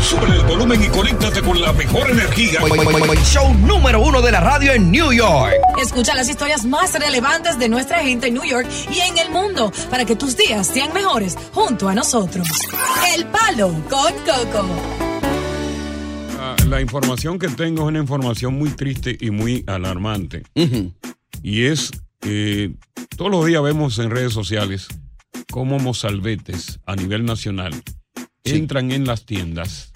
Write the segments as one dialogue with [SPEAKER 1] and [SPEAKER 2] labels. [SPEAKER 1] Sube el volumen y conéctate con la mejor energía.
[SPEAKER 2] Show número uno de la radio en New York.
[SPEAKER 3] Escucha las historias más relevantes de nuestra gente en New York y en el mundo para que tus días sean mejores junto a nosotros. El Palo con Coco.
[SPEAKER 1] Ah, La información que tengo es una información muy triste y muy alarmante. Y es, eh, todos los días vemos en redes sociales cómo mozalbetes a nivel nacional entran en las tiendas,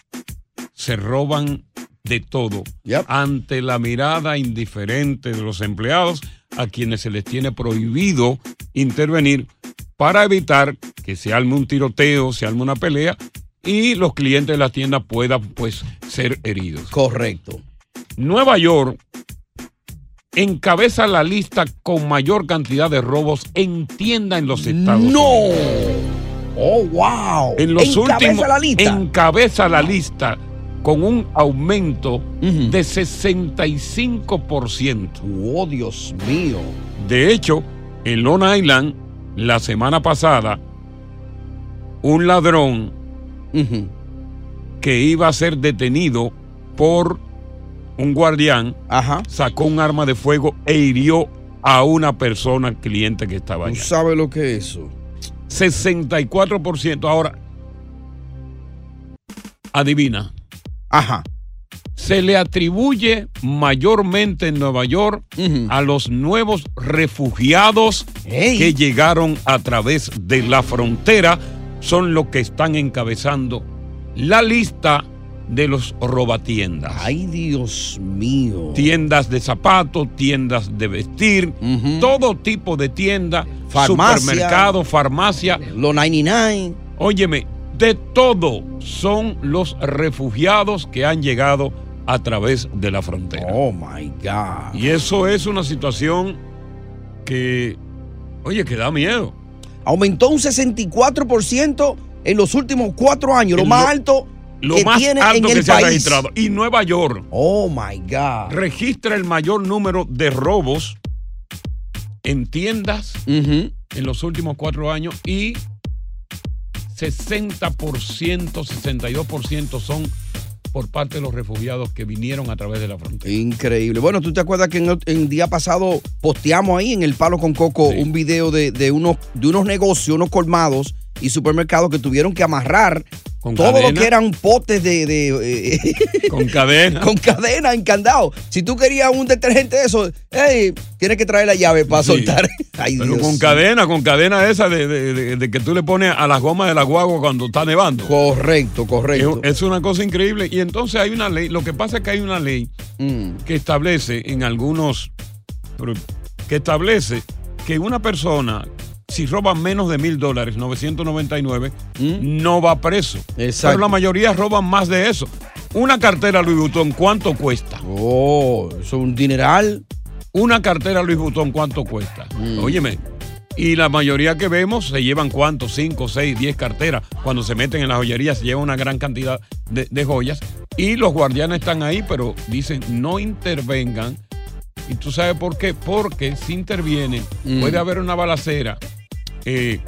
[SPEAKER 1] se roban de todo ante la mirada indiferente de los empleados a quienes se les tiene prohibido intervenir para evitar que se arme un tiroteo, se arme una pelea y los clientes de las tiendas puedan pues ser heridos.
[SPEAKER 2] Correcto.
[SPEAKER 1] Nueva York encabeza la lista con mayor cantidad de robos en tienda en los Estados Unidos.
[SPEAKER 2] Oh, wow.
[SPEAKER 1] En los
[SPEAKER 2] Encabeza
[SPEAKER 1] últimos
[SPEAKER 2] la lista.
[SPEAKER 1] encabeza la lista con un aumento de 65%.
[SPEAKER 2] Oh, Dios mío.
[SPEAKER 1] De hecho, en Long Island, la semana pasada, un ladrón
[SPEAKER 2] Ujú.
[SPEAKER 1] que iba a ser detenido por un guardián
[SPEAKER 2] Ajá.
[SPEAKER 1] sacó un arma de fuego e hirió a una persona cliente que estaba
[SPEAKER 2] Tú
[SPEAKER 1] allá.
[SPEAKER 2] sabes lo que es eso.
[SPEAKER 1] 64%. Ahora, adivina,
[SPEAKER 2] Ajá.
[SPEAKER 1] se le atribuye mayormente en Nueva York
[SPEAKER 2] Ujú.
[SPEAKER 1] a los nuevos refugiados
[SPEAKER 2] Ey.
[SPEAKER 1] que llegaron a través de la frontera. Son los que están encabezando la lista de los robatiendas.
[SPEAKER 2] Ay, Dios mío.
[SPEAKER 1] tiendas de zapatos, tiendas de vestir,
[SPEAKER 2] Ujú.
[SPEAKER 1] todo tipo de tienda,
[SPEAKER 2] Farmacia.
[SPEAKER 1] supermercado, farmacia.
[SPEAKER 2] Los 99.
[SPEAKER 1] Óyeme, de todo son los refugiados que han llegado a través de la frontera.
[SPEAKER 2] Oh, my God.
[SPEAKER 1] Y eso es una situación que, oye, que da miedo.
[SPEAKER 2] Aumentó un 64% en los últimos cuatro años. Lo
[SPEAKER 1] En
[SPEAKER 2] más
[SPEAKER 1] lo-
[SPEAKER 2] alto
[SPEAKER 1] Lo
[SPEAKER 2] que
[SPEAKER 1] más
[SPEAKER 2] tiene
[SPEAKER 1] alto
[SPEAKER 2] en
[SPEAKER 1] que
[SPEAKER 2] el
[SPEAKER 1] se
[SPEAKER 2] país.
[SPEAKER 1] ha registrado. Y Nueva York
[SPEAKER 2] Oh, my God.
[SPEAKER 1] registra el mayor número de robos en tiendas
[SPEAKER 2] Ujú.
[SPEAKER 1] en los últimos cuatro años y 60%, 62% son por parte de los refugiados que vinieron a través de la frontera.
[SPEAKER 2] Increíble. Bueno, ¿tú te acuerdas que en el, en día pasado posteamos ahí en el Palo con Coco
[SPEAKER 1] Sí.
[SPEAKER 2] un video de, de unos, de unos negocios, unos colmados y supermercados que tuvieron que amarrar
[SPEAKER 1] Con
[SPEAKER 2] todo lo
[SPEAKER 1] cadena.
[SPEAKER 2] que eran potes de, de, eh,
[SPEAKER 1] Con cadena.
[SPEAKER 2] con cadena, encandado. Si tú querías un detergente de eso, hey, tienes que traer la llave para
[SPEAKER 1] Sí.
[SPEAKER 2] soltar. Ay,
[SPEAKER 1] Pero
[SPEAKER 2] Dios
[SPEAKER 1] con
[SPEAKER 2] mío.
[SPEAKER 1] cadena, con cadena esa de, de- de- de que tú le pones a las gomas de la guagua cuando está nevando.
[SPEAKER 2] Correcto,
[SPEAKER 1] Es,
[SPEAKER 2] correcto.
[SPEAKER 1] es una cosa increíble. Y entonces hay una ley, lo que pasa es que hay una ley
[SPEAKER 2] Mm,
[SPEAKER 1] que establece en algunos, pero- que establece que una persona, si roba menos de mil dólares, 999, no va preso.
[SPEAKER 2] Mm. Exacto.
[SPEAKER 1] Pero la mayoría roban más de eso. Una cartera Louis Vuitton, ¿cuánto cuesta?
[SPEAKER 2] Oh, eso es un dineral. Mm.
[SPEAKER 1] Una cartera Luis Butón, ¿cuánto cuesta? Óyeme. Y la mayoría que vemos se llevan cuánto, 5, 6, 10 carteras. Cuando se meten en las joyerías se llevan una gran cantidad de, de joyas. Y los guardianes están ahí, pero dicen no intervengan. ¿Y tú sabes por qué? Porque si intervienen,
[SPEAKER 2] Mm.
[SPEAKER 1] puede haber una balacera, eh,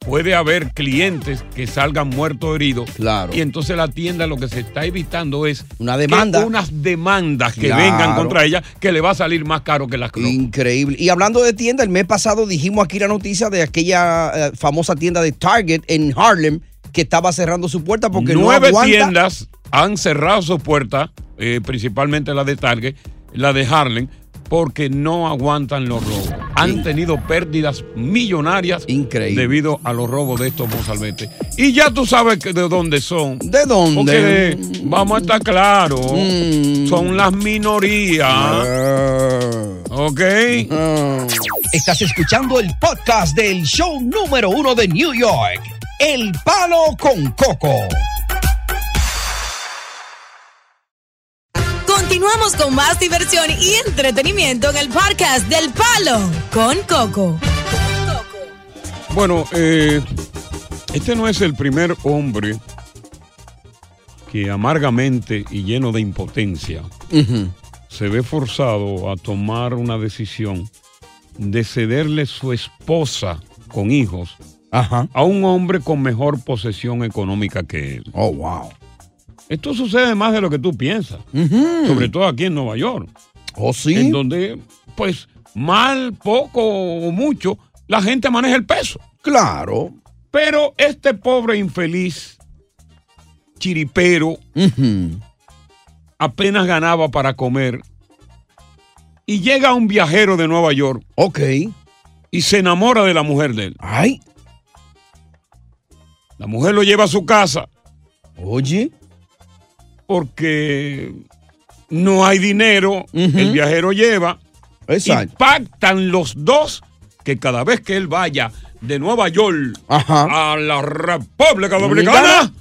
[SPEAKER 1] puede haber clientes que salgan muertos o heridos.
[SPEAKER 2] Claro.
[SPEAKER 1] Y entonces la tienda lo que se está evitando es
[SPEAKER 2] Una
[SPEAKER 1] que
[SPEAKER 2] demanda.
[SPEAKER 1] unas demandas que
[SPEAKER 2] Claro.
[SPEAKER 1] vengan contra ella que le va a salir más caro que las cro-
[SPEAKER 2] Increíble. Y hablando de tienda, el mes pasado dijimos aquí la noticia de aquella eh, famosa tienda de Target en Harlem que estaba cerrando su puerta porque
[SPEAKER 1] Nueve
[SPEAKER 2] no aguanta.
[SPEAKER 1] tiendas han cerrado sus puertas, eh, principalmente la de Target, la de Harlem, porque no aguantan los robos. Han tenido pérdidas millonarias
[SPEAKER 2] Increíble.
[SPEAKER 1] debido a los robos de estos mozalbetes. Y ya tú sabes que de dónde son.
[SPEAKER 2] ¿De dónde?
[SPEAKER 1] Porque vamos a estar claros,
[SPEAKER 2] Mm.
[SPEAKER 1] son las minorías.
[SPEAKER 2] Ah.
[SPEAKER 1] Ok.
[SPEAKER 2] Mm. Estás escuchando el podcast del show número uno de New York, El Palo con Coco.
[SPEAKER 3] Continuamos con más diversión y entretenimiento en el podcast del Palo con Coco.
[SPEAKER 1] Bueno, eh, este no es el primer hombre que amargamente y lleno de impotencia se ve forzado a tomar una decisión de cederle su esposa con hijos
[SPEAKER 2] Ajá.
[SPEAKER 1] a un hombre con mejor posesión económica que él.
[SPEAKER 2] Oh, wow.
[SPEAKER 1] Esto sucede más de lo que tú piensas, sobre todo aquí en Nueva York,
[SPEAKER 2] Oh, sí.
[SPEAKER 1] en donde, pues, mal, poco o mucho, la gente maneja el peso.
[SPEAKER 2] claro.
[SPEAKER 1] Pero este pobre infeliz chiripero
[SPEAKER 2] Ujú.
[SPEAKER 1] apenas ganaba para comer y llega un viajero de Nueva York
[SPEAKER 2] Ok.
[SPEAKER 1] y se enamora de la mujer de él.
[SPEAKER 2] Ay,
[SPEAKER 1] La mujer lo lleva a su casa
[SPEAKER 2] oye.
[SPEAKER 1] porque no hay dinero,
[SPEAKER 2] Ujú.
[SPEAKER 1] el viajero lleva y
[SPEAKER 2] Exacto.
[SPEAKER 1] pactan los dos que cada vez que él vaya de Nueva York
[SPEAKER 2] Ajá.
[SPEAKER 1] a la República Dominicana,
[SPEAKER 2] Dominicana.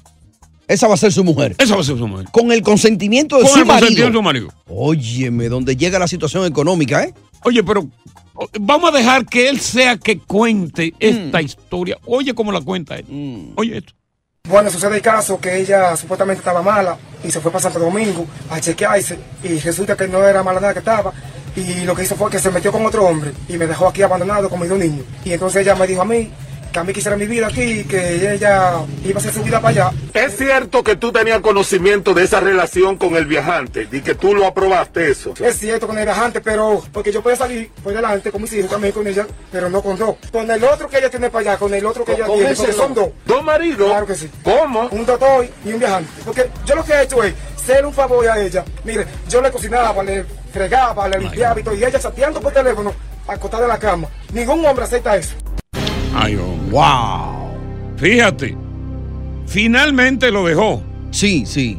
[SPEAKER 2] Esa va a ser su mujer.
[SPEAKER 1] esa va a ser su mujer.
[SPEAKER 2] Con el consentimiento de
[SPEAKER 1] Con
[SPEAKER 2] su
[SPEAKER 1] el consentimiento de
[SPEAKER 2] marido.
[SPEAKER 1] su marido.
[SPEAKER 2] Óyeme, donde llega la situación económica, ¿eh?
[SPEAKER 1] Oye, pero o- vamos a dejar que él sea que cuente esta historia. Oye, cómo la cuenta él. Oye esto.
[SPEAKER 4] Bueno, sucede el caso que ella supuestamente estaba mala y se fue para Santo Domingo a chequearse y resulta que no era mala nada que estaba y lo que hizo fue que se metió con otro hombre y me dejó aquí abandonado con mis dos niños. Y entonces ella me dijo a mí que a mí quisiera mi vida aquí y que ella iba a hacer su vida para allá.
[SPEAKER 5] Es cierto que tú tenías conocimiento de esa relación con el viajante y que tú lo aprobaste eso.
[SPEAKER 4] Es cierto con el viajante, pero porque yo podía salir por delante con mis hijos también con ella, pero no con dos. Con el otro que ella tiene para allá, con el otro que ella
[SPEAKER 5] ¿Cómo
[SPEAKER 4] tiene,
[SPEAKER 5] es
[SPEAKER 4] porque
[SPEAKER 5] eso?
[SPEAKER 4] son dos.
[SPEAKER 5] ¿Dos maridos?
[SPEAKER 4] Claro que sí.
[SPEAKER 5] ¿Cómo?
[SPEAKER 4] un doctor y un viajante. Porque yo lo que he hecho es hacerle un favor a ella. Mire, yo le cocinaba, le fregaba, le limpiaba y todo, y ella chateando por teléfono acostada en la cama. Ningún hombre acepta eso.
[SPEAKER 1] Ay, hombre.
[SPEAKER 2] Wow.
[SPEAKER 1] Fíjate. Finalmente lo dejó.
[SPEAKER 2] Sí, sí.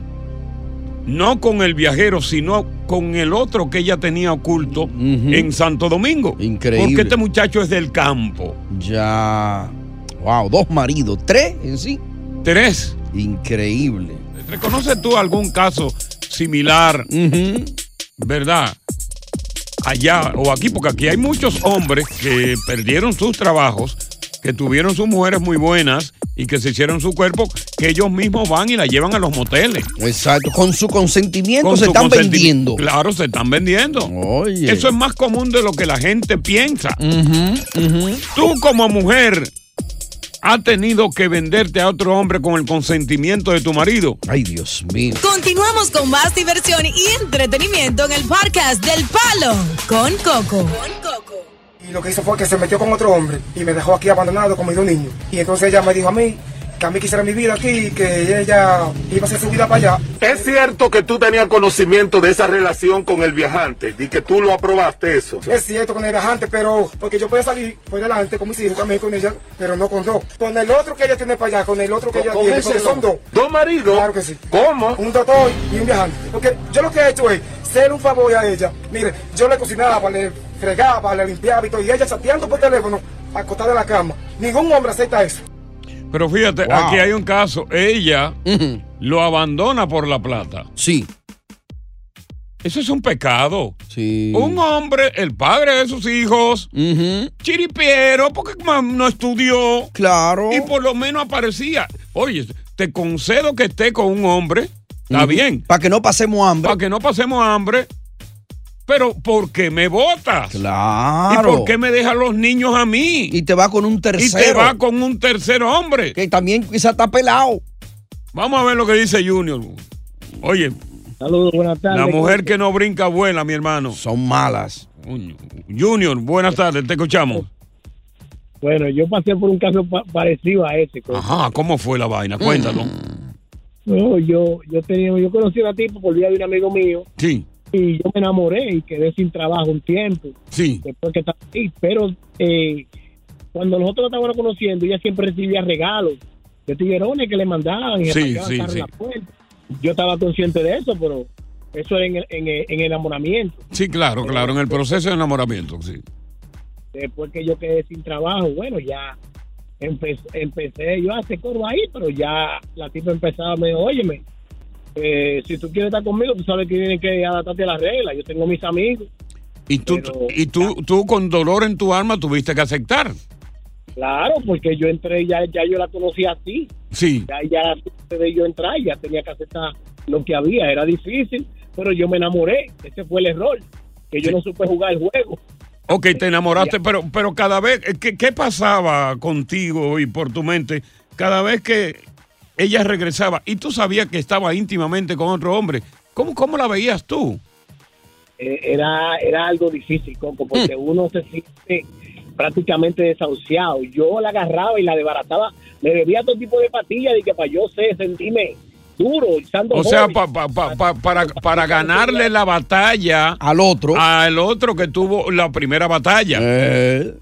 [SPEAKER 1] No con el viajero, sino con el otro que ella tenía oculto
[SPEAKER 2] Ujú.
[SPEAKER 1] en Santo Domingo.
[SPEAKER 2] Increíble.
[SPEAKER 1] Porque este muchacho es del campo.
[SPEAKER 2] Ya. Wow, dos maridos, tres en sí.
[SPEAKER 1] Tres.
[SPEAKER 2] Increíble.
[SPEAKER 1] ¿Reconoces tú algún caso similar,
[SPEAKER 2] Ujú.
[SPEAKER 1] verdad? Allá o aquí, porque aquí hay muchos hombres que perdieron sus trabajos, que tuvieron sus mujeres muy buenas y que se hicieron su cuerpo, que ellos mismos van y la llevan a los moteles.
[SPEAKER 2] Exacto. Con su consentimiento
[SPEAKER 1] Con
[SPEAKER 2] se
[SPEAKER 1] su
[SPEAKER 2] están
[SPEAKER 1] consentimiento.
[SPEAKER 2] vendiendo.
[SPEAKER 1] Claro, se están vendiendo.
[SPEAKER 2] Oye.
[SPEAKER 1] Eso es más común de lo que la gente piensa.
[SPEAKER 2] Ujú, ujú.
[SPEAKER 1] Tú como mujer has tenido que venderte a otro hombre con el consentimiento de tu marido.
[SPEAKER 2] Ay, Dios mío.
[SPEAKER 3] Continuamos con más diversión y entretenimiento en el podcast del Palo con Coco.
[SPEAKER 4] Y lo que hizo fue que se metió con otro hombre y me dejó aquí abandonado con mis dos niños. Y entonces ella me dijo a mí que a mí quisiera mi vida aquí y que ella iba a hacer su vida para allá.
[SPEAKER 5] Es cierto que tú tenías conocimiento de esa relación con el viajante y que tú lo aprobaste eso.
[SPEAKER 4] Es cierto con el viajante, pero porque yo podía salir por delante con mis hijos también con ella, pero no con dos. Con el otro que ella tiene para allá, con el otro que ella
[SPEAKER 5] ¿Cómo
[SPEAKER 4] tiene,
[SPEAKER 5] es
[SPEAKER 4] porque
[SPEAKER 5] eso?
[SPEAKER 4] son dos.
[SPEAKER 5] ¿Dos maridos?
[SPEAKER 4] Claro que sí.
[SPEAKER 5] ¿Cómo?
[SPEAKER 4] un doctor y un viajante. Porque yo lo que he hecho es hacerle un favor a ella. Mire, yo le cocinaba, le fregaba, le limpiaba y todo, y ella chateando por teléfono, acostada en la cama. Ningún hombre acepta eso.
[SPEAKER 1] Pero fíjate,
[SPEAKER 2] Wow.
[SPEAKER 1] aquí hay un caso. Ella
[SPEAKER 2] Ujú.
[SPEAKER 1] lo abandona por la plata.
[SPEAKER 2] Sí.
[SPEAKER 1] Eso es un pecado.
[SPEAKER 2] Sí.
[SPEAKER 1] Un hombre, el padre de sus hijos,
[SPEAKER 2] Ujú.
[SPEAKER 1] chiripiero, porque ma- no estudió
[SPEAKER 2] Claro.
[SPEAKER 1] y por lo menos aparecía. Oye, te concedo que esté con un hombre. Está bien.
[SPEAKER 2] Para que no pasemos hambre.
[SPEAKER 1] para que no pasemos hambre. Pero ¿por qué me votas?
[SPEAKER 2] Claro.
[SPEAKER 1] ¿Y por qué me dejan los niños a mí?
[SPEAKER 2] Y te va con un
[SPEAKER 1] Y
[SPEAKER 2] tercero.
[SPEAKER 1] te va con un tercer hombre.
[SPEAKER 2] Que también quizá está pelado.
[SPEAKER 1] Vamos a ver lo que dice Junior. Oye,
[SPEAKER 6] Saludos, buenas tardes.
[SPEAKER 1] la mujer que no brinca vuela, mi hermano.
[SPEAKER 2] Son malas.
[SPEAKER 1] Coño. Junior, buenas tardes, te escuchamos.
[SPEAKER 6] Bueno, yo pasé por un caso pa- parecido a ese. Coco.
[SPEAKER 1] Ajá, Ah, ¿cómo fue la vaina? Cuéntalo.
[SPEAKER 6] No, yo, yo tenía, yo conocí a una tipo por vía de un amigo mío
[SPEAKER 1] Sí,
[SPEAKER 6] y yo me enamoré y quedé sin trabajo un tiempo
[SPEAKER 1] sí.
[SPEAKER 6] después que estaba ahí. Pero eh, cuando nosotros la estábamos conociendo, ella siempre recibía regalos de tiguerones que le mandaban y
[SPEAKER 1] Sí,
[SPEAKER 6] le
[SPEAKER 1] sí,
[SPEAKER 6] carros en
[SPEAKER 1] sí.
[SPEAKER 6] la puerta. Yo estaba consciente de eso, pero Eso era en, el- en el- en el enamoramiento.
[SPEAKER 1] Sí, claro, claro, en el proceso de enamoramiento, sí.
[SPEAKER 6] Después que yo quedé sin trabajo, bueno, ya empe- empecé yo a hacer coro ahí, pero ya la tipa empezaba, me dijo, óyeme, eh, si tú quieres estar conmigo, tú sabes que tienes que adaptarte a las reglas. Yo tengo mis amigos.
[SPEAKER 1] Y tú, y tú, tú con dolor en tu alma tuviste que aceptar.
[SPEAKER 6] Claro, porque yo entré, ya, ya yo la conocía así.
[SPEAKER 1] Sí.
[SPEAKER 6] Ya, ya antes de yo entrar, ya tenía que aceptar lo que había. Era difícil, pero yo me enamoré. Ese fue el error, que yo no supe jugar el juego.
[SPEAKER 1] Ok, te enamoraste, pero, pero cada vez, eh, ¿qué, qué pasaba contigo y por tu mente cada vez que ella regresaba y tú sabías que estaba íntimamente con otro hombre? ¿Cómo, cómo la veías tú?
[SPEAKER 6] Eh, era, era algo difícil, Coco,
[SPEAKER 1] Mm.
[SPEAKER 6] porque uno se siente prácticamente desahuciado. Yo la agarraba y la desbarataba. Me bebía todo tipo de patillas de que para yo sé, sentirme duro.
[SPEAKER 1] O sea, pa- pa- pa- pa- para, para ganarle la batalla
[SPEAKER 2] al otro.
[SPEAKER 1] Al otro que tuvo la primera batalla.
[SPEAKER 6] Eh,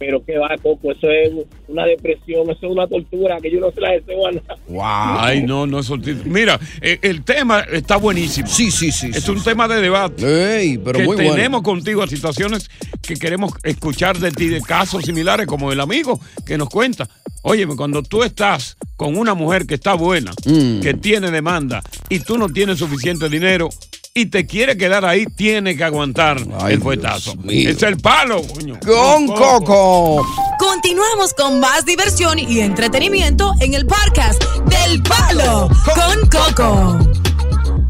[SPEAKER 6] Pero qué va, Coco, eso es una depresión, eso es una tortura que yo no se la deseo a nadie.
[SPEAKER 1] Ay, no, no, eso- Mira, eh, el tema está buenísimo.
[SPEAKER 2] Sí, sí, sí.
[SPEAKER 1] Es un tema de debate.
[SPEAKER 2] pero
[SPEAKER 1] que
[SPEAKER 2] muy bueno.
[SPEAKER 1] tenemos contigo situaciones que queremos escuchar de ti, de casos similares como el amigo que nos cuenta. Óyeme, cuando tú estás con una mujer que está buena,
[SPEAKER 2] Mm.
[SPEAKER 1] que tiene demanda y tú no tienes suficiente dinero y te quiere quedar ahí, tiene que aguantar el fuetazo. Es el palo, coño.
[SPEAKER 2] Con Coco.
[SPEAKER 3] Continuamos con más diversión y entretenimiento en el podcast del Palo con Coco.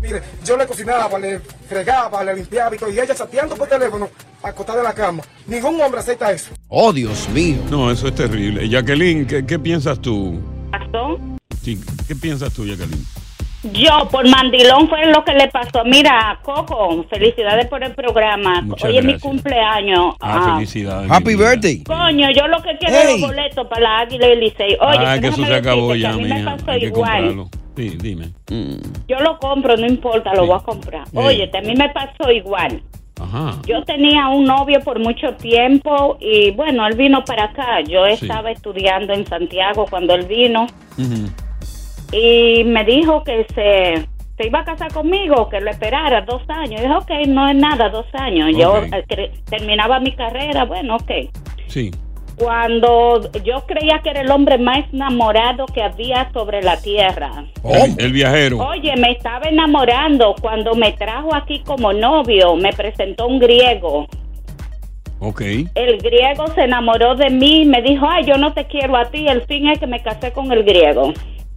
[SPEAKER 4] Mire, yo le cocinaba, le fregaba, le limpiaba y todo, y ella chateando por teléfono, acostada en la cama. Ningún hombre acepta eso.
[SPEAKER 2] Oh, Dios mío.
[SPEAKER 1] No, eso es terrible. Jacqueline, ¿qué, qué piensas tú?
[SPEAKER 7] pasó.
[SPEAKER 1] Sí, ¿Qué piensas tú, Jacqueline?
[SPEAKER 7] Yo, por mandilón, fue lo que le pasó. Mira, Coco, felicidades por el programa.
[SPEAKER 1] Muchas
[SPEAKER 7] Hoy es mi
[SPEAKER 1] gracias.
[SPEAKER 7] cumpleaños. Ah.
[SPEAKER 1] felicidades.
[SPEAKER 2] Happy birthday.
[SPEAKER 7] Coño, yo lo que quiero es los boletos para la Águila y el Licey. Oye,
[SPEAKER 1] ah, que
[SPEAKER 7] déjame
[SPEAKER 1] eso se
[SPEAKER 7] decirte
[SPEAKER 1] acabó
[SPEAKER 7] que
[SPEAKER 1] ya,
[SPEAKER 7] a mí me
[SPEAKER 1] mía.
[SPEAKER 7] pasó
[SPEAKER 1] Hay que
[SPEAKER 7] igual.
[SPEAKER 1] comprarlo. Sí, dime.
[SPEAKER 2] Mm.
[SPEAKER 7] Yo lo compro, no importa, lo voy a comprar.
[SPEAKER 1] Sí.
[SPEAKER 7] Oye, a mí me pasó igual.
[SPEAKER 1] Ajá.
[SPEAKER 7] Yo tenía un novio por mucho tiempo y bueno, él vino para acá. Yo
[SPEAKER 1] Sí.
[SPEAKER 7] estaba estudiando en Santiago cuando él vino y me dijo que se, se iba a casar conmigo, que lo esperara dos años. Yo dije, ok, no es nada, dos años. Yo
[SPEAKER 1] Ok.
[SPEAKER 7] eh, cre- terminaba mi carrera, bueno, ok.
[SPEAKER 1] Sí.
[SPEAKER 7] Cuando yo creía que era el hombre más enamorado que había sobre la tierra.
[SPEAKER 2] Oh.
[SPEAKER 1] El, el viajero.
[SPEAKER 7] Oye, me estaba enamorando cuando me trajo aquí como novio, me presentó un griego.
[SPEAKER 1] Ok.
[SPEAKER 7] El griego se enamoró de mí y me dijo, ay, yo no te quiero a ti. El fin es que me casé con el griego.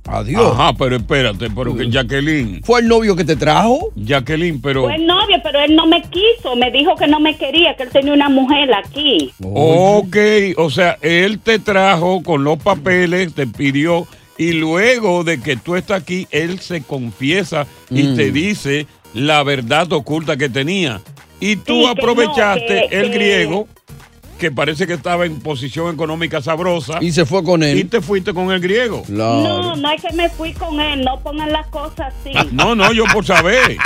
[SPEAKER 2] Adiós. Uh.
[SPEAKER 1] Ajá, pero espérate, pero que Jacqueline.
[SPEAKER 2] ¿Fue el novio que te trajo?
[SPEAKER 1] Jacqueline, pero.
[SPEAKER 7] Fue novio, pero él no me quiso. Me dijo que no me quería, que él tenía una mujer aquí.
[SPEAKER 1] Ok, o sea, él te trajo con los papeles, te pidió, y luego de que tú estás aquí, él se confiesa y
[SPEAKER 8] Mm.
[SPEAKER 1] te dice la verdad oculta que tenía. Y tú
[SPEAKER 8] Sí, que no,
[SPEAKER 1] aprovechaste
[SPEAKER 8] que-
[SPEAKER 1] el
[SPEAKER 8] que-
[SPEAKER 1] griego, que parece que estaba en posición económica sabrosa.
[SPEAKER 2] Y se fue con él.
[SPEAKER 1] Y te fuiste con el griego.
[SPEAKER 7] No, no es que me fui con él. No pongan las cosas así.
[SPEAKER 1] No, no, yo por saber.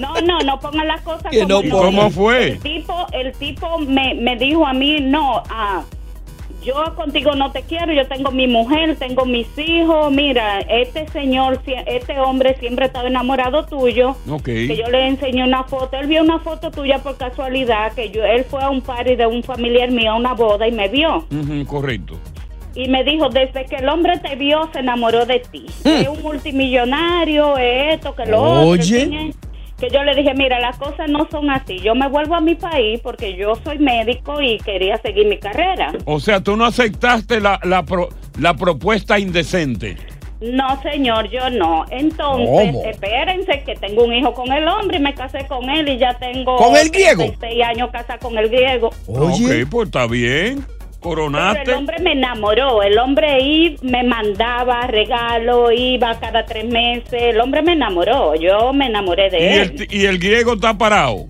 [SPEAKER 7] No, no, no pongan las cosas
[SPEAKER 1] Que no
[SPEAKER 7] como
[SPEAKER 1] pongan. ¿Cómo fue?
[SPEAKER 7] El tipo, el tipo me, me dijo a mí, no, ah, yo contigo no te quiero, yo tengo mi mujer, tengo mis hijos, mira, este señor, sie- este hombre siempre estaba enamorado tuyo.
[SPEAKER 1] Ok.
[SPEAKER 7] Que yo le enseñé una foto, él vio una foto tuya por casualidad, que yo, él fue a un party de un familiar mío, a una boda, y me vio.
[SPEAKER 1] Ujú, correcto.
[SPEAKER 7] Y me dijo, desde que el hombre te vio, se enamoró de ti. Que Es un multimillonario, es esto, que lo otro.
[SPEAKER 1] Mm. Oye.
[SPEAKER 7] en fin, es- Que yo le dije, mira, las cosas no son así. Yo me vuelvo a mi país porque yo soy médico y quería seguir mi carrera.
[SPEAKER 1] O sea, tú no aceptaste la, la, pro- la propuesta indecente.
[SPEAKER 7] No, señor, yo no. Entonces,
[SPEAKER 1] ¿Cómo?
[SPEAKER 7] espérense que tengo un hijo con el hombre y me casé con él y ya tengo...
[SPEAKER 1] ¿Con el griego?
[SPEAKER 7] seis años casada con el griego.
[SPEAKER 1] Ok, pues está bien. Coronaste.
[SPEAKER 7] Pero el hombre me enamoró. El hombre iba, me mandaba regalo, iba cada tres meses. El hombre me enamoró. Yo me enamoré
[SPEAKER 1] Y
[SPEAKER 7] de él.
[SPEAKER 1] el, y el griego está parado.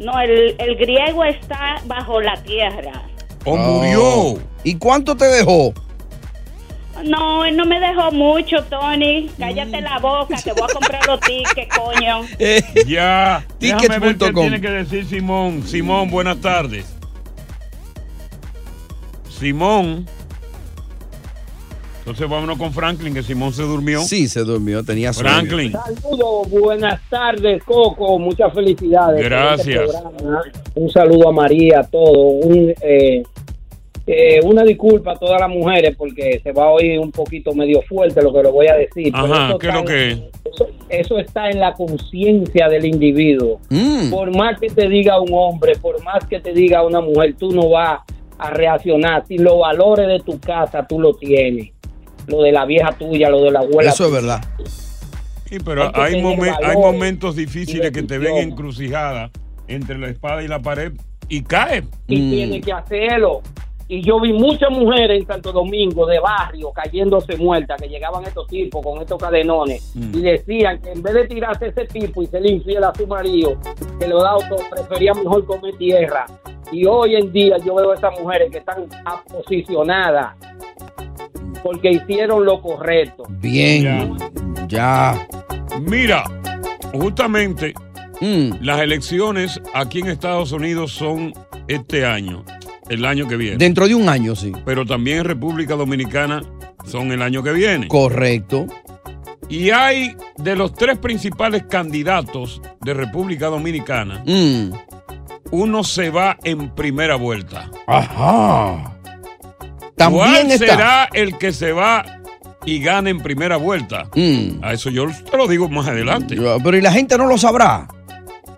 [SPEAKER 7] No, el, el griego está bajo la tierra.
[SPEAKER 1] O murió.
[SPEAKER 2] Oh. ¿Y cuánto te dejó?
[SPEAKER 7] No, él no me dejó mucho, Tony. Cállate
[SPEAKER 1] Mm.
[SPEAKER 7] la boca, que voy a comprar los tickets, coño.
[SPEAKER 2] Eh,
[SPEAKER 1] Ya. Déjame ver qué
[SPEAKER 2] Tickets.com.
[SPEAKER 1] tiene que decir Simón. Simón, buenas tardes. Simón. Entonces vámonos con Franklin, que Simón se durmió.
[SPEAKER 2] Sí, se durmió, tenía sueño.
[SPEAKER 1] Franklin.
[SPEAKER 8] Saludos, buenas tardes, Coco. Muchas felicidades.
[SPEAKER 1] Gracias.
[SPEAKER 8] Por este programa. Un saludo a María, a todos. Un, eh, eh, una disculpa a todas las mujeres porque se va a oír un poquito medio fuerte lo que lo voy a decir. pero
[SPEAKER 1] Ajá,
[SPEAKER 8] eso
[SPEAKER 1] ¿qué es lo
[SPEAKER 8] está
[SPEAKER 1] que
[SPEAKER 8] en- Eso, eso está en la conciencia del individuo.
[SPEAKER 2] Mm.
[SPEAKER 8] Por más que te diga un hombre, por más que te diga una mujer, tú no vas a reaccionar. Si los valores de tu casa tú lo tienes. Lo de la vieja tuya, lo de la abuela.
[SPEAKER 2] Eso es
[SPEAKER 8] tuya.
[SPEAKER 2] verdad.
[SPEAKER 1] Sí, pero
[SPEAKER 8] Hay que
[SPEAKER 1] hay,
[SPEAKER 8] tener
[SPEAKER 1] momen- hay
[SPEAKER 8] valores
[SPEAKER 1] momentos difíciles que te ven encrucijada entre la espada y la pared y cae.
[SPEAKER 8] y
[SPEAKER 2] Mm.
[SPEAKER 8] tiene que hacerlo. Y yo vi muchas mujeres en Santo Domingo de barrio cayéndose muertas, que llegaban estos tipos con estos cadenones
[SPEAKER 1] Mm.
[SPEAKER 8] y decían que en vez de tirarse ese tipo y ser infiel a su marido, que lo da otro, prefería mejor comer tierra. Y hoy en día yo veo a esas mujeres que están aposicionadas porque hicieron lo correcto.
[SPEAKER 2] Bien. Ya.
[SPEAKER 1] Mira, justamente
[SPEAKER 2] Mm.
[SPEAKER 1] las elecciones aquí en Estados Unidos son este año, el año que viene.
[SPEAKER 2] Dentro de un año, sí.
[SPEAKER 1] Pero también en República Dominicana son el año que viene.
[SPEAKER 2] Correcto.
[SPEAKER 1] Y hay de los tres principales candidatos de República Dominicana,
[SPEAKER 2] Mm.
[SPEAKER 1] uno se va en primera vuelta.
[SPEAKER 2] Ajá.
[SPEAKER 1] ¿Cuál
[SPEAKER 2] También está.
[SPEAKER 1] será el que se va y gana en primera vuelta? A eso yo te lo digo más adelante.
[SPEAKER 2] Mm. Pero y la gente no lo sabrá.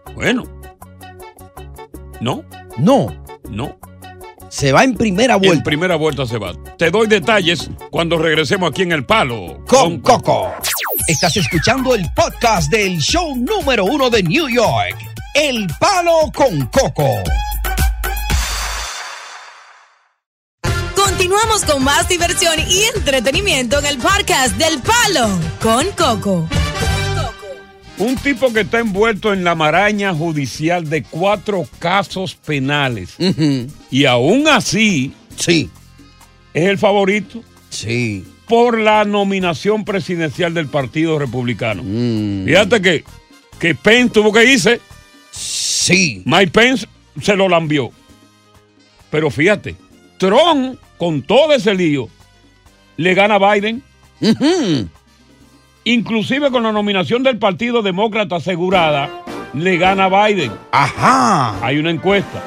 [SPEAKER 2] Mm.
[SPEAKER 1] Bueno. No.
[SPEAKER 2] No.
[SPEAKER 1] No.
[SPEAKER 2] Se va en primera vuelta.
[SPEAKER 1] En primera vuelta se va. Te doy detalles cuando regresemos aquí en El Palo.
[SPEAKER 2] Con Coco. Estás escuchando el podcast del show número uno de New York. El palo con Coco.
[SPEAKER 3] Continuamos con más diversión y entretenimiento en el podcast del Palo con Coco.
[SPEAKER 1] Un tipo que está envuelto en la maraña judicial de cuatro casos penales. Y aún así.
[SPEAKER 2] Sí.
[SPEAKER 1] Es el favorito.
[SPEAKER 2] Sí.
[SPEAKER 1] Por la nominación presidencial del Partido Republicano.
[SPEAKER 2] Mm.
[SPEAKER 1] Fíjate que, que Pence tuvo que irse.
[SPEAKER 2] Sí.
[SPEAKER 1] Mike Pence se lo lambió. Pero fíjate, Trump, con todo ese lío, le gana a Biden. Inclusive con la nominación del Partido Demócrata asegurada, le gana a Biden.
[SPEAKER 2] Ajá.
[SPEAKER 1] Hay una encuesta.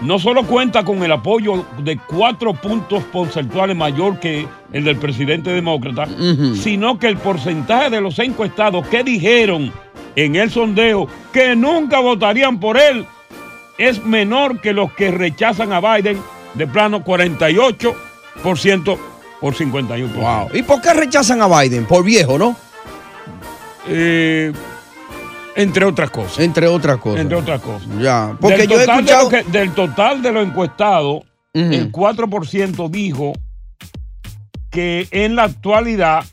[SPEAKER 1] No solo cuenta con el apoyo de cuatro puntos porcentuales mayor que el del presidente demócrata, sino que el porcentaje de los encuestados que dijeron en el sondeo que nunca votarían por él es menor que los que rechazan a Biden de plano 48% por 51%.
[SPEAKER 2] Wow. ¿Y por qué rechazan a Biden? Por viejo, ¿no?
[SPEAKER 1] Eh, entre otras cosas.
[SPEAKER 2] Entre otras cosas.
[SPEAKER 1] Entre otras cosas.
[SPEAKER 2] Ya. Porque
[SPEAKER 1] del
[SPEAKER 2] yo he
[SPEAKER 1] total de
[SPEAKER 2] escuchado.
[SPEAKER 1] lo que- del total de los encuestados, el 4% dijo que en la actualidad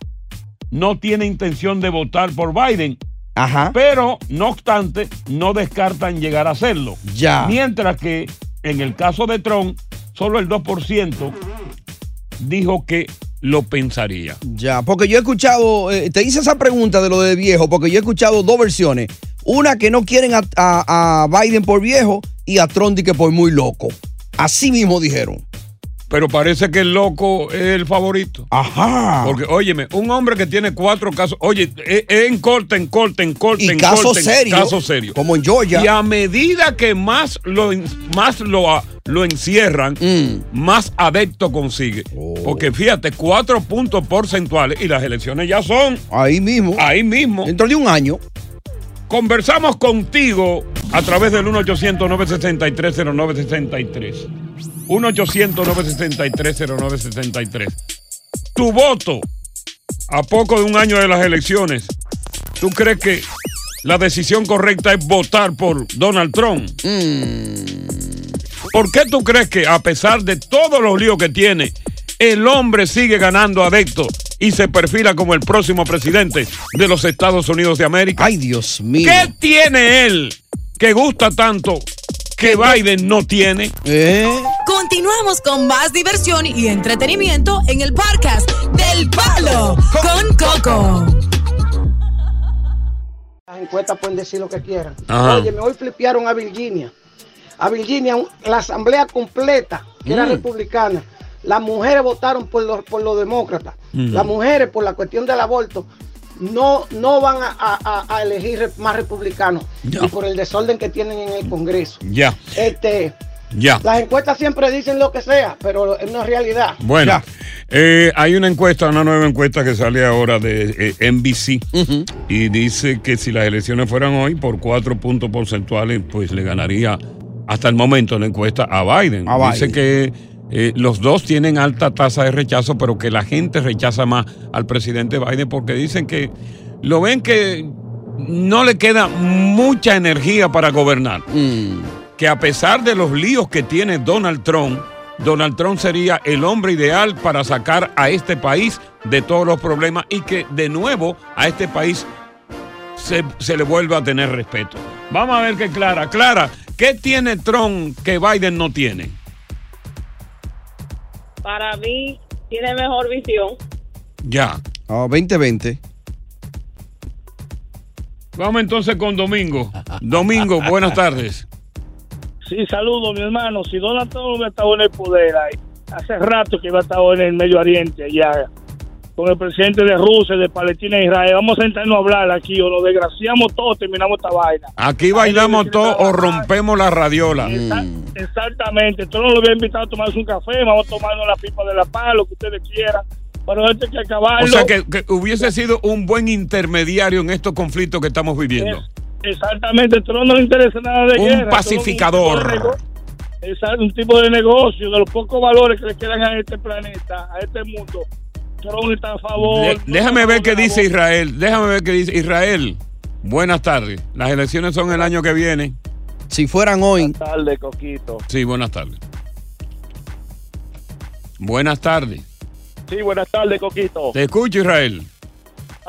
[SPEAKER 1] no tiene intención de votar por Biden. Pero, no obstante, no descartan llegar a hacerlo.
[SPEAKER 2] Ya.
[SPEAKER 1] Mientras que en el caso de Trump, solo el 2% dijo que lo pensaría.
[SPEAKER 2] Ya, porque yo he escuchado, eh, te hice esa pregunta de lo de viejo, porque yo he escuchado dos versiones. Una que no quieren a, a- a Biden por viejo y a Trump di que por muy loco. Así mismo dijeron.
[SPEAKER 1] Pero parece que el loco es el favorito.
[SPEAKER 2] Ajá.
[SPEAKER 1] Porque, óyeme, un hombre que tiene cuatro casos, oye, es es en corte, en corte, en corte,
[SPEAKER 2] Y
[SPEAKER 1] en
[SPEAKER 2] caso
[SPEAKER 1] corte, en
[SPEAKER 2] serio,
[SPEAKER 1] caso serio.
[SPEAKER 2] como en Georgia.
[SPEAKER 1] Y a medida que más lo, en- más lo, ah, lo encierran,
[SPEAKER 2] Mm.
[SPEAKER 1] más adepto consigue.
[SPEAKER 2] Oh.
[SPEAKER 1] Porque fíjate, cuatro puntos porcentuales y las elecciones ya son.
[SPEAKER 2] Ahí mismo.
[SPEAKER 1] Ahí mismo.
[SPEAKER 2] Dentro de un año.
[SPEAKER 1] Conversamos contigo a través del 1-800-963-0963. 1-800-963-0963. Tu voto a poco de un año de las elecciones. ¿Tú crees que la decisión correcta es votar por Donald Trump?
[SPEAKER 2] Mm.
[SPEAKER 1] ¿Por qué tú crees que a pesar de todos los líos que tiene, el hombre sigue ganando adeptos y se perfila como el próximo presidente de los Estados Unidos de América?
[SPEAKER 2] Ay, Dios mío.
[SPEAKER 1] ¿Qué tiene él que gusta tanto que Biden no tiene?
[SPEAKER 2] ¿Eh?
[SPEAKER 3] Continuamos con más diversión y entretenimiento en el podcast del Palo con Coco.
[SPEAKER 9] Las encuestas pueden decir lo que quieran.
[SPEAKER 1] Ajá.
[SPEAKER 9] Oye, me hoy flipearon a Virginia. A Virginia, un- la asamblea completa, que era
[SPEAKER 1] Mm.
[SPEAKER 9] republicana, Las mujeres votaron por los, por los demócratas.
[SPEAKER 10] Mm.
[SPEAKER 9] Las mujeres, por la cuestión del aborto, no, no van a, a- a- a elegir re- más republicanos.
[SPEAKER 1] Ya.
[SPEAKER 9] Y por el desorden que tienen en el Congreso.
[SPEAKER 1] Ya,
[SPEAKER 9] Este,
[SPEAKER 1] ya.
[SPEAKER 9] las encuestas siempre dicen lo que sea, pero es una realidad.
[SPEAKER 1] Bueno, eh, hay una encuesta, una nueva encuesta que sale ahora de eh, NBC y dice que si las elecciones fueran hoy, por cuatro puntos porcentuales, pues le ganaría hasta el momento la encuesta a Biden.
[SPEAKER 4] A
[SPEAKER 1] Dice
[SPEAKER 4] Biden.
[SPEAKER 1] que eh, los dos tienen alta tasa de rechazo, pero que la gente rechaza más al presidente Biden porque dicen que lo ven que no le queda mucha energía para gobernar.
[SPEAKER 4] Mm.
[SPEAKER 1] Que a pesar de los líos que tiene Donald Trump, Donald Trump sería el hombre ideal para sacar a este país de todos los problemas y que de nuevo a este país se, se le vuelva a tener respeto. Vamos a ver qué Clara. Clara, ¿qué tiene Trump que Biden no tiene?
[SPEAKER 11] Para mí tiene mejor visión.
[SPEAKER 1] Ya.
[SPEAKER 4] Ah, 2020.
[SPEAKER 1] Vamos entonces con Domingo. Domingo, buenas tardes.
[SPEAKER 12] Sí, saludo, mi hermano. Si Donald Trump hubiera estado en el poder, ay, hace rato que iba a estar en el Medio Oriente, allá, con el presidente de Rusia, de Palestina e Israel. Vamos a sentarnos a hablar aquí, o lo desgraciamos todo, terminamos esta vaina.
[SPEAKER 1] Aquí bailamos todo o rompemos la radiola.
[SPEAKER 12] Exactamente. Yo no lo había invitado a tomarse un café, vamos a tomarnos la pipa de la paz, lo que ustedes quieran. Pero esto hay que acabarlo.
[SPEAKER 1] O sea, que, que hubiese sido un buen intermediario en estos conflictos que estamos viviendo.
[SPEAKER 12] Exactamente, Trump no le interesa nada de
[SPEAKER 1] Un
[SPEAKER 12] guerra. Trump es
[SPEAKER 1] pacificador.
[SPEAKER 12] tipo de nego- Exacto, un tipo de negocio, de los pocos valores que le quedan a este planeta, a este mundo. Trump está a favor.
[SPEAKER 1] De- déjame ver qué dice Israel. Déjame ver qué dice Israel. Buenas tardes. Las elecciones son el año que viene.
[SPEAKER 4] Si fueran hoy.
[SPEAKER 13] Buenas tardes, Coquito.
[SPEAKER 1] Sí, buenas tardes. Buenas tardes.
[SPEAKER 13] Sí, buenas tardes, Coquito.
[SPEAKER 1] Te escucho, Israel.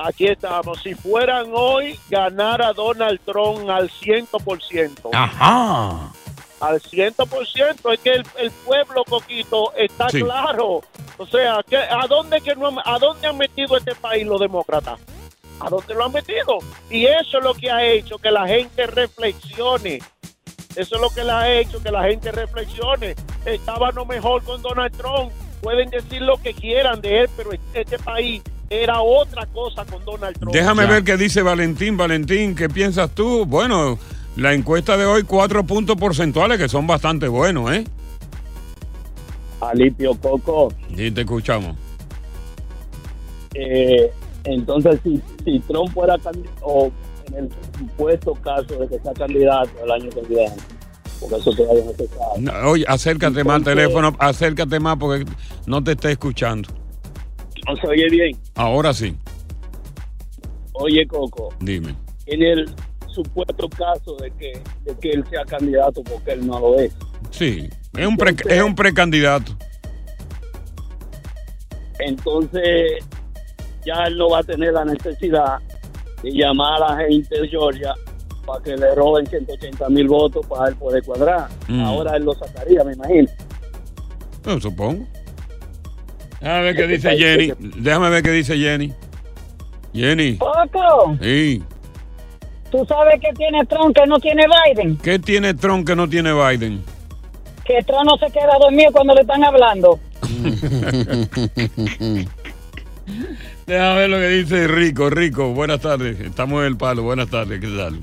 [SPEAKER 13] Aquí estamos. Si fueran hoy, ganara Donald Trump al 100%.
[SPEAKER 1] Ah. Ajá.
[SPEAKER 13] Al 100%. Es que el, el pueblo, Coquito, está
[SPEAKER 1] Sí.
[SPEAKER 13] claro. O sea, que ¿a dónde que no han- a dónde han metido este país los demócratas? ¿A dónde lo han metido? Y eso es lo que ha hecho que la gente reflexione. Eso es lo que le ha hecho que la gente reflexione. Estábamos mejor con Donald Trump. Pueden decir lo que quieran de él, pero este país era otra cosa con Donald Trump.
[SPEAKER 1] Déjame ver qué dice Valentín. Valentín, ¿qué piensas tú? Bueno, la encuesta de hoy, cuatro puntos porcentuales que son bastante buenos, ¿eh?
[SPEAKER 13] Alipio Coco.
[SPEAKER 1] Sí, te escuchamos.
[SPEAKER 13] Eh, entonces, si, si Trump fuera candi- o en el supuesto caso de que sea candidato el año que viene, porque eso todavía no se sabe.
[SPEAKER 1] No, Oye, acércate más al
[SPEAKER 13] Entonces-
[SPEAKER 1] teléfono, acércate más porque no te está escuchando.
[SPEAKER 13] No se oye bien.
[SPEAKER 1] Ahora sí,
[SPEAKER 13] Oye, Coco,
[SPEAKER 1] dime.
[SPEAKER 13] en el supuesto caso de que, de que él sea candidato, porque él no lo es.
[SPEAKER 1] Sí, es un, pre- es un precandidato.
[SPEAKER 13] Entonces, ya él no va a tener la necesidad de llamar a la gente de Georgia para que le roben 180 mil votos para él poder cuadrar.
[SPEAKER 1] Mm.
[SPEAKER 13] Ahora él lo sacaría, me imagino.
[SPEAKER 1] Yo eh, supongo. Déjame ver qué
[SPEAKER 6] Este
[SPEAKER 1] dice Jenny. Déjame ver qué dice Jenny. Jenny.
[SPEAKER 14] Poco,
[SPEAKER 1] Sí.
[SPEAKER 14] tú sabes que tiene Trump que no tiene Biden,
[SPEAKER 1] ¿Qué tiene Trump que no tiene Biden?
[SPEAKER 14] que Trump no se queda dormido cuando le están hablando.
[SPEAKER 1] Déjame ver lo que dice Rico. Rico, buenas tardes. Estamos en el palo. Buenas tardes. ¿Qué tal?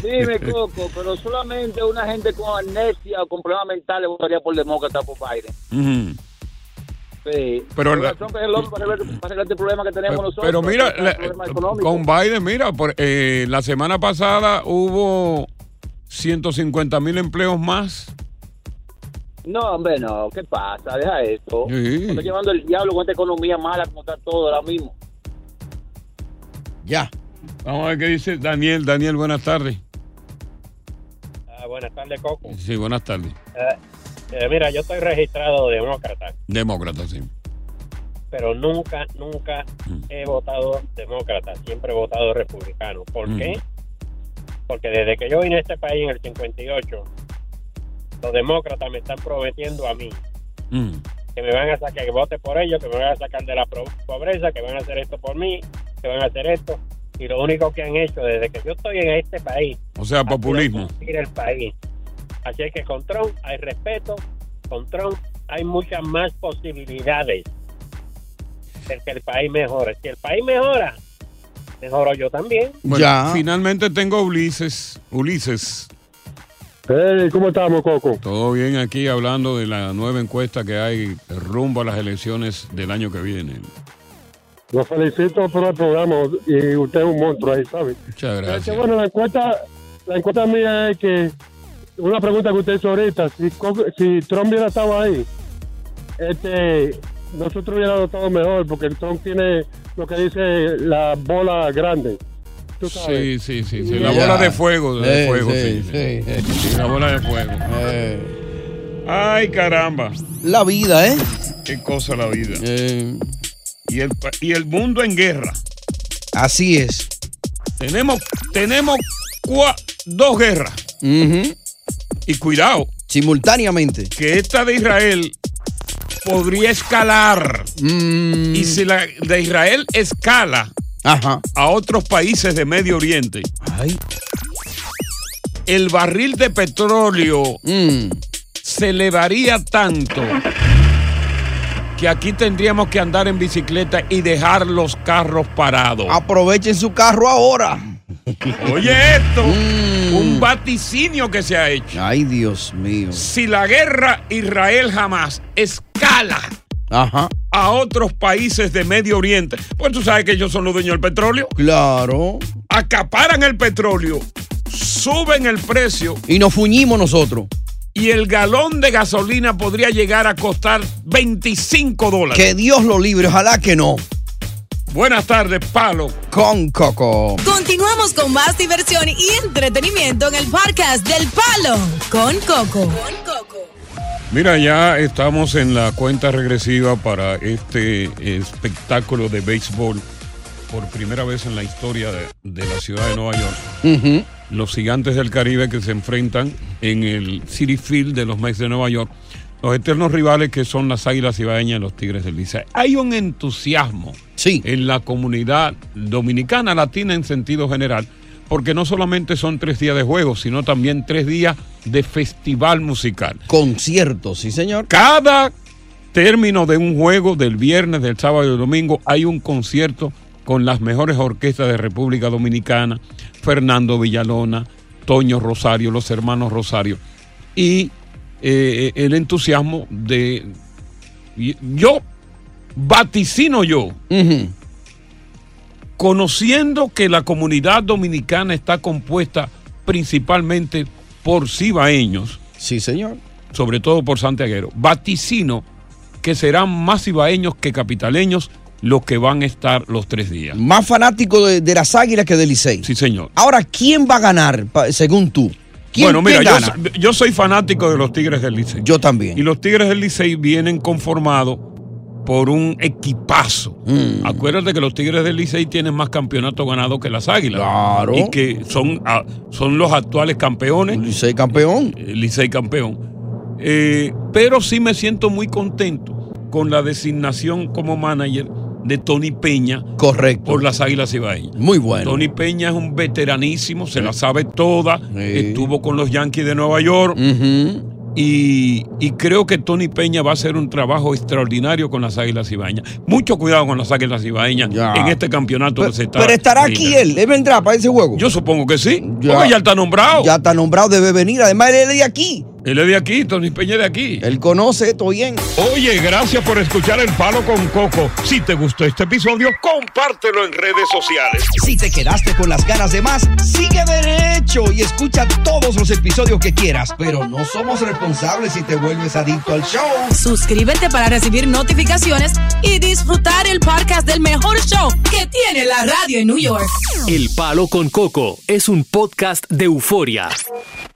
[SPEAKER 6] Dime, Coco, pero solamente una gente con amnesia o con problemas mentales votaría por demócrata por Biden.
[SPEAKER 1] Ujú.
[SPEAKER 6] Sí.
[SPEAKER 1] Pero la-
[SPEAKER 6] Donald Trump es el hombre para arreglar, para arreglar este problema que tenemos nosotros.
[SPEAKER 1] Pero mira,
[SPEAKER 6] el
[SPEAKER 1] la- eh,
[SPEAKER 6] problema económico.
[SPEAKER 1] con Biden, mira, por- eh, la semana pasada hubo 150 mil empleos más.
[SPEAKER 6] No, hombre, no. ¿Qué pasa? Deja esto.
[SPEAKER 1] Sí.
[SPEAKER 6] Está llevando el diablo con esta economía mala como está todo ahora mismo.
[SPEAKER 1] Ya. Vamos a ver qué dice Daniel. Daniel, buenas tardes.
[SPEAKER 15] Ah, buenas tardes, Coco.
[SPEAKER 1] Sí, buenas tardes.
[SPEAKER 15] Eh, eh, mira, yo estoy registrado demócrata,
[SPEAKER 1] Demócrata, sí.
[SPEAKER 15] pero nunca, nunca
[SPEAKER 1] Mm.
[SPEAKER 15] he votado demócrata, siempre he votado republicano. ¿Por
[SPEAKER 1] Mm.
[SPEAKER 15] qué? Porque desde que yo vine a este país en el 58, los demócratas me están prometiendo a mí
[SPEAKER 1] Mm.
[SPEAKER 15] que me van a sacar, que vote por ellos, que me van a sacar de la pro- pobreza, que van a hacer esto por mí, que van a hacer esto. Y lo único que han hecho desde que yo estoy en este país
[SPEAKER 1] O sea, populismo.
[SPEAKER 15] ir el país. Así es que con Trump hay respeto, con Trump hay muchas más posibilidades de que el país mejore. Si el país mejora, mejoro yo también.
[SPEAKER 1] Bueno, finalmente tengo a Ulises. Ulises.
[SPEAKER 16] ¿Cómo estamos, Coco?
[SPEAKER 1] Todo bien aquí hablando de la nueva encuesta que hay rumbo a las elecciones del año que viene.
[SPEAKER 16] Los felicito por el programa y usted es un monstruo ahí, ¿sabe?
[SPEAKER 1] Muchas
[SPEAKER 16] Es que,
[SPEAKER 1] gracias.
[SPEAKER 16] bueno, la encuesta, la encuesta mía es que una pregunta que usted hizo ahorita, si, Co- si Trump hubiera estado ahí, este, nosotros hubiéramos estado mejor porque el Trump tiene lo que dice la bola grande. Tú sabes.
[SPEAKER 1] Sí, sí, sí, sí. La bola de fuego, de fuego, sí, sí. Sí, Eh. La bola de fuego. Ay, caramba.
[SPEAKER 2] La vida, ¿eh?
[SPEAKER 1] Qué cosa la vida. Eh. Y, el, pa- y el mundo en guerra.
[SPEAKER 2] Así es.
[SPEAKER 1] Tenemos, tenemos cua- dos guerras. Y cuidado.
[SPEAKER 2] Simultáneamente.
[SPEAKER 1] Que esta de Israel podría escalar. Y si la de Israel escala a otros países de Medio Oriente, el barril de petróleo se elevaría tanto que aquí tendríamos que andar en bicicleta y dejar los carros parados.
[SPEAKER 2] Aprovechen su carro ahora.
[SPEAKER 1] Oye esto, un vaticinio que se ha hecho.
[SPEAKER 2] Mm. Ay, Dios mío.
[SPEAKER 1] Si la guerra Israel jamás escala
[SPEAKER 2] Ajá.
[SPEAKER 1] a otros países de Medio Oriente, pues tú sabes que ellos son los dueños del petróleo.
[SPEAKER 2] Claro.
[SPEAKER 1] Acaparan el petróleo, suben el precio
[SPEAKER 2] Y nos fuñimos nosotros.
[SPEAKER 1] y el galón de gasolina podría llegar a costar 25 dólares.
[SPEAKER 2] Que Dios lo libre, ojalá que no.
[SPEAKER 1] Buenas tardes, Palo.
[SPEAKER 2] Con Coco.
[SPEAKER 3] Continuamos con más diversión y entretenimiento en el podcast del Palo con Coco.
[SPEAKER 1] Mira, ya estamos en la cuenta regresiva para este espectáculo de béisbol por primera vez en la historia de, de la ciudad de Nueva York. Los gigantes del Caribe que se enfrentan en el City Field de los Mets de Nueva York. Los eternos rivales que son las Águilas Ibaeñas y los Tigres del Licey. Hay un entusiasmo en la comunidad dominicana, latina en sentido general, porque no solamente son tres días de juego, sino también tres días de festival musical.
[SPEAKER 2] Conciertos, sí señor.
[SPEAKER 1] Cada término de un juego del viernes, del sábado y del domingo, hay un concierto con las mejores orquestas de República Dominicana, Fernando Villalona, Toño Rosario, los hermanos Rosario, y eh, el entusiasmo de... y- Yo, vaticino yo, conociendo que la comunidad dominicana está compuesta principalmente por cibaeños.
[SPEAKER 2] Sí, señor.
[SPEAKER 1] Sobre todo por santiaguero. Vaticino que serán más cibaeños que capitaleños los que van a estar los tres días.
[SPEAKER 2] Más fanático de, de las águilas que del Licey.
[SPEAKER 1] Sí, señor.
[SPEAKER 2] Ahora, ¿quién va a ganar, pa- según tú? ¿Quién,
[SPEAKER 1] Bueno, mira,
[SPEAKER 2] quién
[SPEAKER 1] yo,
[SPEAKER 2] gana?
[SPEAKER 1] so- yo soy fanático de los Tigres del Licey.
[SPEAKER 2] Yo también.
[SPEAKER 1] Y los Tigres del Licey vienen conformados por un equipazo.
[SPEAKER 2] Mm.
[SPEAKER 1] Acuérdate que los Tigres del Licey tienen más campeonatos ganados que las Águilas.
[SPEAKER 2] Claro.
[SPEAKER 1] Y que son, ah, son los actuales campeones. Eh,
[SPEAKER 2] Licey campeón.
[SPEAKER 1] Licey campeón. Eh, pero sí me siento muy contento con la designación como manager de Tony Peña.
[SPEAKER 2] Correcto.
[SPEAKER 1] Por las Águilas Ibaeñas.
[SPEAKER 2] Muy bueno.
[SPEAKER 1] Tony Peña es un veteranísimo, se la sabe toda. Estuvo con los Yankees de Nueva York. y, y creo que Tony Peña va a hacer un trabajo extraordinario con las Águilas Ibaeñas. Mucho cuidado con las Águilas Ibaeñas en este campeonato que se está.
[SPEAKER 2] Pero estará aquí él, él vendrá para ese juego.
[SPEAKER 1] Yo supongo que sí. Porque ya está nombrado.
[SPEAKER 2] Ya está nombrado, debe venir. Además, él es de aquí.
[SPEAKER 1] Él es de aquí, Tony Peña es de aquí.
[SPEAKER 2] Él conoce esto bien.
[SPEAKER 1] Oye, gracias por escuchar El Palo con Coco. Si te gustó este episodio, compártelo en redes sociales.
[SPEAKER 2] Si te quedaste con las ganas de más, sigue derecho y escucha todos los episodios que quieras. Pero no somos responsables si te vuelves adicto al show.
[SPEAKER 3] Suscríbete para recibir notificaciones y disfrutar el podcast del mejor show que tiene la radio en New York.
[SPEAKER 17] El Palo con Coco es un podcast de euforia.